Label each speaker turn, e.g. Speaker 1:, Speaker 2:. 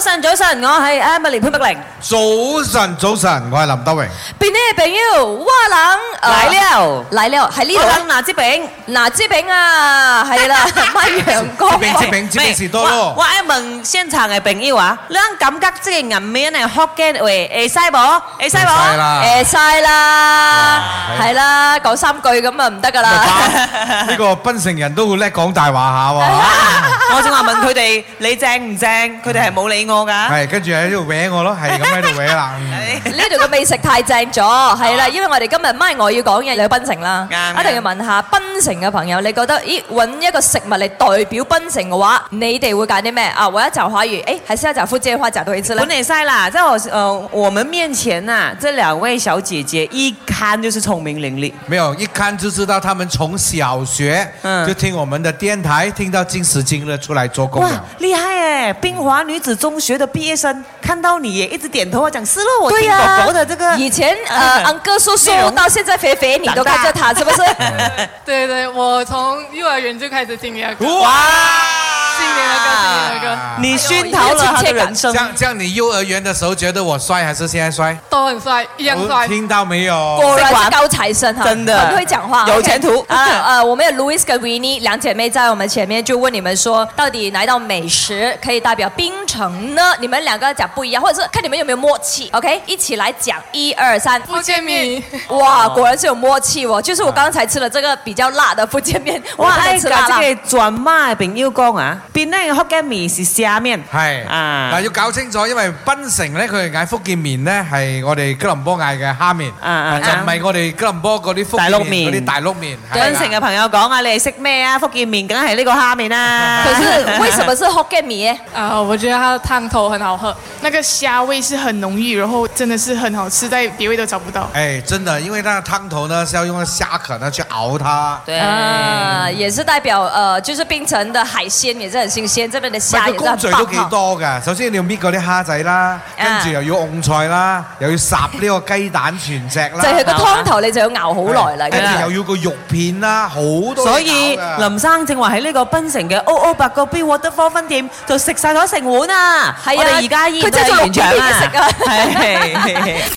Speaker 1: 晨，早晨，我係 Emily 潘碧玲。
Speaker 2: 早晨，早晨，我係林德榮。
Speaker 1: 邊啲朋友？哇冷
Speaker 3: 來
Speaker 1: 了，
Speaker 3: 嚟呢度喺呢
Speaker 1: 我冷
Speaker 3: 度
Speaker 1: 拿支餅。
Speaker 3: 嗱支餅啊，係啦， 乜陽
Speaker 2: 接
Speaker 3: 光
Speaker 2: 餅 接餅接餅士多
Speaker 1: 我
Speaker 2: 咯。
Speaker 1: 我問現場嘅朋友啊，你感覺即個顏面係學啊嘅喂，會使冇？會使
Speaker 2: 唔使
Speaker 1: 冇？
Speaker 2: 啦，
Speaker 3: 誒晒啦，
Speaker 2: 係
Speaker 3: 係啦，講三句咁啊唔得㗎啦，
Speaker 2: 呢個檳城人都好叻講大話下喎。
Speaker 1: 啊 我仲話問佢哋你正唔正，佢哋係冇理我㗎。
Speaker 2: 係，跟住喺度搲我咯，係咁喺度搲啦。嗯
Speaker 3: 呢度嘅美食太正咗，係啦，因為我哋今日咪我要講嘢你去檳城啦，
Speaker 1: 哦啱啱
Speaker 3: 一定要問下檳城嘅朋友，你覺得咦揾一個食物嚟代表檳城嘅話，你哋會揀啲咩啊？我一找華語，誒，還是要找福建話找多一次咧
Speaker 1: 本。嚟塞啦，在我呃我們面前啊，這兩位小姐姐一看就是聰明伶俐。
Speaker 2: 沒有，一看就知道他們從小學
Speaker 1: 嗯
Speaker 2: 就聽我們的電台，聽到今時今日出來做工
Speaker 1: 哇
Speaker 2: 了。，
Speaker 1: 厲害哎！冰華女子中學的畢業生，看到你也一直點頭啊，講是咯， 我
Speaker 3: 对
Speaker 1: 聽
Speaker 3: 呀
Speaker 1: 狗狗的啊這個。
Speaker 3: 啊以前 呃，安哥说
Speaker 1: 內
Speaker 3: 瘦
Speaker 1: 容
Speaker 3: 到現在肥肥，你都看着他，是不是？
Speaker 4: 对对，我从幼儿园就开始听你的歌，
Speaker 2: 哇！
Speaker 4: 听你啊的歌，听你的歌，
Speaker 1: 你熏陶了他的人
Speaker 2: 這
Speaker 1: 生。
Speaker 2: 樣這樣，你幼兒園的時候覺得我帥還是現在帥？
Speaker 4: 都很帅，一样
Speaker 2: 我
Speaker 4: 帅。
Speaker 2: 聽到沒有？
Speaker 3: 果然是高材生哈，
Speaker 1: 哦真的
Speaker 3: 很会讲话，
Speaker 1: 有前途
Speaker 3: OK 啊！ 呃，我们有 Louis 跟 Winnie 两姐妹在我们前面，就问你们说，到底哪一道美食可以代表槟城呢？你们两个讲不一样，或者是看你们有没有默契，OK？一起来讲，一二三。
Speaker 4: 福建米，
Speaker 1: 嗯
Speaker 3: 哇，果然是有默契哦！就是我刚才吃了这个比较辣的福建面，
Speaker 1: 嗯我
Speaker 3: 不能
Speaker 1: 愛
Speaker 3: 吃
Speaker 1: 搞
Speaker 3: 辣辣。
Speaker 1: 這個轉媽的朋友講啊，邊呢個嘅面是下面，
Speaker 2: 係
Speaker 1: 啊
Speaker 2: 嗱，要搞清楚，因為檳城咧，佢哋嗌福建麵咧係我哋吉隆坡嗌嘅蝦麵，
Speaker 1: 啊啊
Speaker 2: 就唔係我哋吉隆坡嗰啲福建
Speaker 1: 大陸
Speaker 2: 麵
Speaker 1: 麵
Speaker 2: 嗰啲大陸麵。係啦
Speaker 1: 檳城嘅朋友講啊，你係識咩啊？福建面梗係呢個蝦啊 面 啦。
Speaker 3: 可是为什么是 Hokkien 米？
Speaker 4: 啊，我觉得它的汤头很好喝，那个虾味是很浓郁，然后真的是很好吃，在别位都找不到。
Speaker 2: 哎，真的，因為那個湯頭呢是要用蝦殼呢去熬 它，
Speaker 1: 對嗯
Speaker 3: 啊，也是代表呃，就是槟城的海鮮也是很新鮮，這邊的蝦
Speaker 2: 咪
Speaker 3: 也
Speaker 2: 個
Speaker 3: 是很
Speaker 2: 工序
Speaker 3: 棒
Speaker 2: 都 幾
Speaker 3: 哈
Speaker 2: 多
Speaker 1: 啊
Speaker 2: 㗎。首先你要搣嗰啲蝦仔啦，跟住又要㧬菜啦，又要烚呢個雞蛋全隻 啦，
Speaker 3: 就係個湯頭你就要熬好耐
Speaker 1: 哎
Speaker 3: 啦。
Speaker 2: 跟
Speaker 3: 咁
Speaker 2: 住
Speaker 3: 樣
Speaker 2: 又要個肉片啦，好多嘢
Speaker 1: 所以
Speaker 2: 搞㗎
Speaker 1: 林生正話喺呢個檳城嘅 O O 白個 B Waterfall 分店就食晒咗成碗啊！
Speaker 3: 係啊
Speaker 1: 我哋而家依然都
Speaker 3: 佢真係
Speaker 1: 係
Speaker 3: 做
Speaker 1: 現場
Speaker 3: 六片嘢食啊
Speaker 1: 係。